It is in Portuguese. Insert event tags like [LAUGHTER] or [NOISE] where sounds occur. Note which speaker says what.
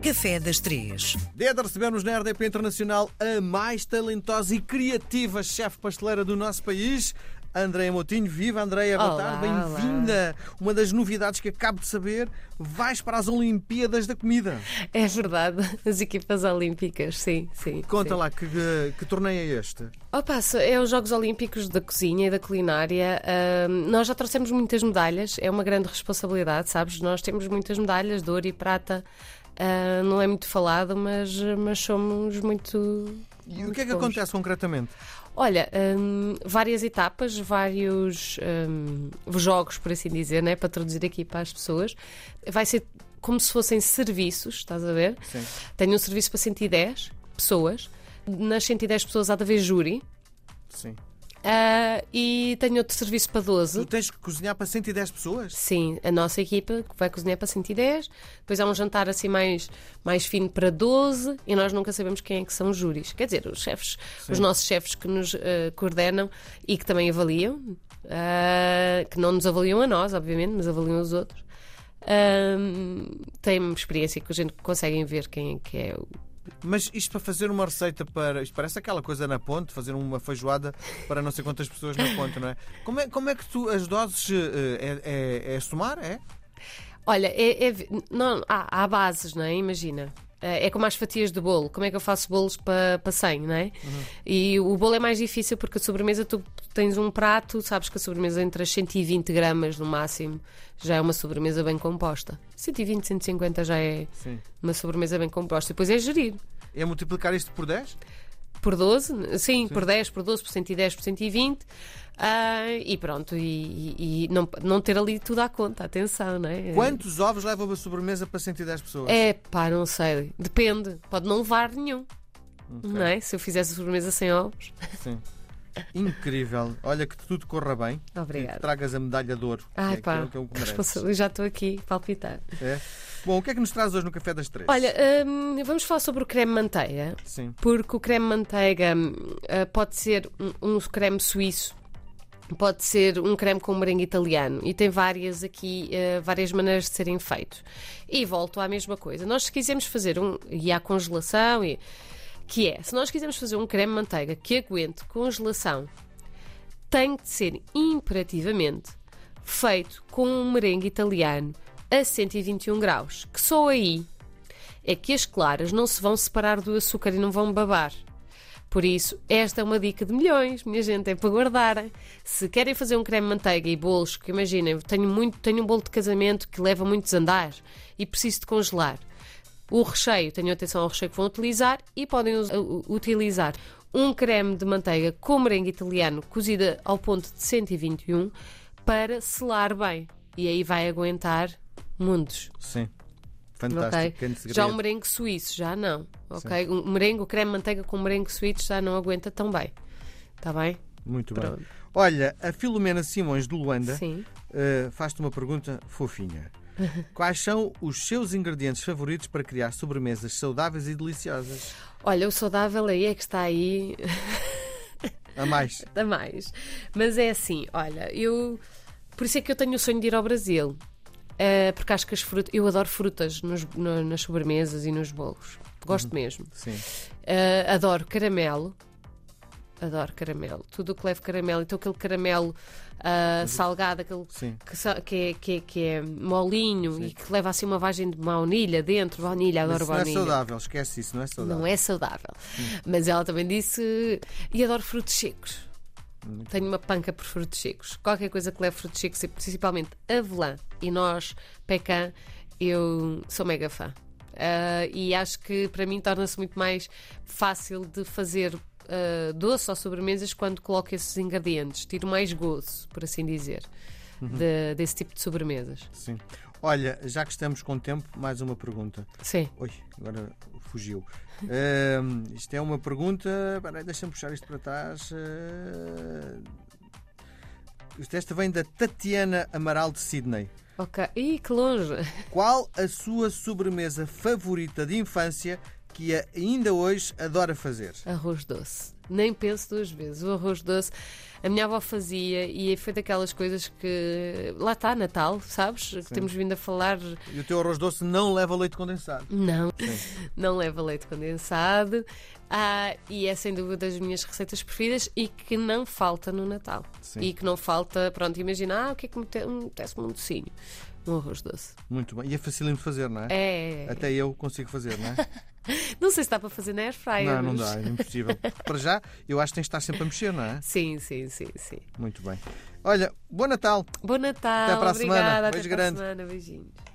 Speaker 1: Café das Três.
Speaker 2: Dia de recebermos na RDP Internacional a mais talentosa e criativa chefe pasteleira do nosso país. Andréia Motinho, viva Andréia, boa
Speaker 3: Olá,
Speaker 2: tarde, bem-vinda. Uma das novidades que acabo de saber, vais para as Olimpíadas da Comida.
Speaker 3: É verdade, [LAUGHS] as equipas olímpicas, sim, sim.
Speaker 2: Conta
Speaker 3: sim.
Speaker 2: lá, que, que, que torneio é este?
Speaker 3: Opa, so- é os Jogos Olímpicos da Cozinha e da Culinária. Ahm, nós já trouxemos muitas medalhas, é uma grande responsabilidade, sabes? Nós temos muitas medalhas de ouro e prata. Ah, não é muito falado, mas, mas somos muito.
Speaker 2: E o que é
Speaker 3: muito
Speaker 2: que
Speaker 3: bons.
Speaker 2: acontece concretamente?
Speaker 3: Olha, hum, várias etapas, vários hum, jogos, por assim dizer, né, para traduzir aqui para as pessoas. Vai ser como se fossem serviços, estás a ver?
Speaker 2: Sim.
Speaker 3: Tenho um serviço para 110 pessoas. Nas 110 pessoas há de haver júri.
Speaker 2: Sim.
Speaker 3: Ah, e tenho outro serviço para
Speaker 2: Tu
Speaker 3: 12.
Speaker 2: tens que cozinhar para 110 pessoas?
Speaker 3: Sim, a nossa equipa que vai cozinhar para 110. Depois há um jantar assim mais, mais fino para 12. E nós nunca sabemos quem é que são os júris. Quer dizer, os chefes, os nossos chefes que nos ah, coordenam e que também avaliam. ah, que não nos avaliam a nós, obviamente, mas avaliam os outros. Ahm, tem experiência que a gente consegue ver quem é que é o
Speaker 2: Mas isto para fazer uma receita para. Isto parece aquela coisa na ponte, fazer uma feijoada para não sei quantas pessoas na ponte, não é? Como é, como é que tu. As doses. eh, É, é, é somar? É?
Speaker 3: Olha, é, é- não, há, há bases, não é? Imagina. Eh, É como as fatias de bolo. Como é que eu faço bolos para pa 100, não é? E o bolo é mais difícil porque a sobremesa, tu tens um prato, sabes que a sobremesa entre as 120 gramas no máximo já é uma sobremesa bem composta. 120, 150 já é
Speaker 2: Sim.
Speaker 3: uma sobremesa bem composta. Depois é gerir.
Speaker 2: É multiplicar isto por 10?
Speaker 3: Por 12, sim, por 10, por 12, por 110, por 120. ah, e pronto, e, e- e não, não ter ali tudo à conta, atenção, não é?
Speaker 2: Quantos ovos leva uma sobremesa para 110 pessoas?
Speaker 3: É pá, não sei. Depende. Pode não levar nenhum. Não é? Se eu fizesse sobremesa sem ovos.
Speaker 2: Sim. Incrível. Olha que tudo corra bem.
Speaker 3: Obrigada.
Speaker 2: Que tragas a medalha de ouro. que é
Speaker 3: Ai
Speaker 2: que-
Speaker 3: pá,
Speaker 2: que é o que mereces.
Speaker 3: responsabilidade. Já estou aqui a palpitar.
Speaker 2: É. Bom, o que é que nos traz hoje no Café das Três?
Speaker 3: Olha, hum, vamos falar sobre o creme manteiga.
Speaker 2: Sim.
Speaker 3: Porque o creme manteiga hum, ah, pode ser um, um creme suíço. Pode ser um creme com morango italiano e tem várias aqui, ah, várias maneiras de serem feitos. E volto à mesma coisa. Nós, se quisermos fazer um. e há congelação, e, que é, se nós quisermos fazer um creme manteiga que aguente congelação, tem de ser imperativamente feito com um merengue italiano a 121 graus, que só aí é que as claras não se vão separar do açúcar e não vão babar. Por isso, esta é uma dica de milhões, minha gente, é para guardarem. Se querem fazer um creme de manteiga e bolos, que imaginem, tenho, muito, tenho um bolo de casamento que leva muitos andares e preciso de congelar. O recheio, tenham atenção ao recheio que vão utilizar e podem us- u- utilizar um creme de manteiga com merengue italiano cozida ao ponto de 121 para selar bem. E aí vai aguentar mundos.
Speaker 2: Sim. Fantástico.
Speaker 3: Ok.
Speaker 2: Pequeno segredo.
Speaker 3: Já o merengue suíço, já não. ok? O merengue, o creme de manteiga com merengue suíço já não aguenta tão bem. Está bem?
Speaker 2: Muito bem.
Speaker 3: Pronto.
Speaker 2: Olha, a Filomena Simões de Luanda
Speaker 3: Sim.
Speaker 2: eh, faz-te uma pergunta
Speaker 3: [LAUGHS]
Speaker 2: fofinha. Quais são os seus ingredientes favoritos para criar sobremesas saudáveis e deliciosas?
Speaker 3: Olha, o saudável aí é que está aí
Speaker 2: A
Speaker 3: [LAUGHS]
Speaker 2: mais.
Speaker 3: a mais. Mas é assim, olha, eu. Por isso é que eu tenho o sonho de ir ao Brasil. Ah, porque acho que as frutas. Eu adoro frutas nos- no- nas sobremesas e nos bolos. Gosto
Speaker 2: Uhum.
Speaker 3: mesmo.
Speaker 2: Sim.
Speaker 3: Ah, adoro caramelo. Adoro caramelo. Tudo o que leva caramelo. Então aquele caramelo
Speaker 2: Uhum.
Speaker 3: ah, salgado, aquele
Speaker 2: Sim.
Speaker 3: que, sa- que é, que, é, que é molinho e que leva assim uma vagem de baunilha dentro. Baunilha,
Speaker 2: Mas
Speaker 3: adoro
Speaker 2: isso não é
Speaker 3: baunilha.
Speaker 2: saudável, esquece isso, não é saudável.
Speaker 3: Não é saudável. Mas ela também disse. E adoro frutos secos. Tenho uma panca por frutos secos. Qualquer coisa que leve frutos secos, e principalmente avelã e nós, pecan, eu sou mega fã. Ah, e acho que para mim torna-se muito mais fácil de fazer ah, doce ou sobremesas quando coloco esses ingredientes. Tiro mais gozo, por assim dizer, de- desse tipo de sobremesas.
Speaker 2: Sim. Olha, já que estamos com tempo, mais uma pergunta.
Speaker 3: Sim.
Speaker 2: Oi, agora fugiu. Ahm, isto é uma pergunta. Peraí, deixa-me puxar isto para trás. Ah, isto- Esta vem da Tatiana Amaral de Sydney.
Speaker 3: Ok. Ih, que longe!
Speaker 2: Qual a sua sobremesa favorita de infância que a- ainda hoje adora fazer.
Speaker 3: Arroz doce. Nem penso duas vezes. O arroz doce, a minha avó fazia e foi daquelas coisas que. Lá está, Natal, sabes? Que temos vindo a falar.
Speaker 2: E o teu arroz doce não leva leite condensado.
Speaker 3: Não, [LAUGHS] não leva leite condensado. Ah, e é sem dúvida das minhas receitas preferidas e que não falta no Natal.
Speaker 2: Sim.
Speaker 3: E que não falta, pronto, imagina, ah, o que é que me te- me apetece um docinho? Um arroz doce.
Speaker 2: Muito bem. E é facílimo de fazer, não é?
Speaker 3: É.
Speaker 2: Até eu consigo fazer, não é?
Speaker 3: Não sei se dá para fazer na airfryer.
Speaker 2: não, não
Speaker 3: mas-
Speaker 2: dá, é impossível. Para já, eu acho que tens de estar sempre a mexer, não é?
Speaker 3: Sim, sim, sim, sim.
Speaker 2: Muito bem. Olha, bom Natal.
Speaker 3: Bom Natal.
Speaker 2: Até para a semana.
Speaker 3: Obrigada. Até
Speaker 2: Beijo
Speaker 3: para
Speaker 2: grande.
Speaker 3: a semana. Beijinhos.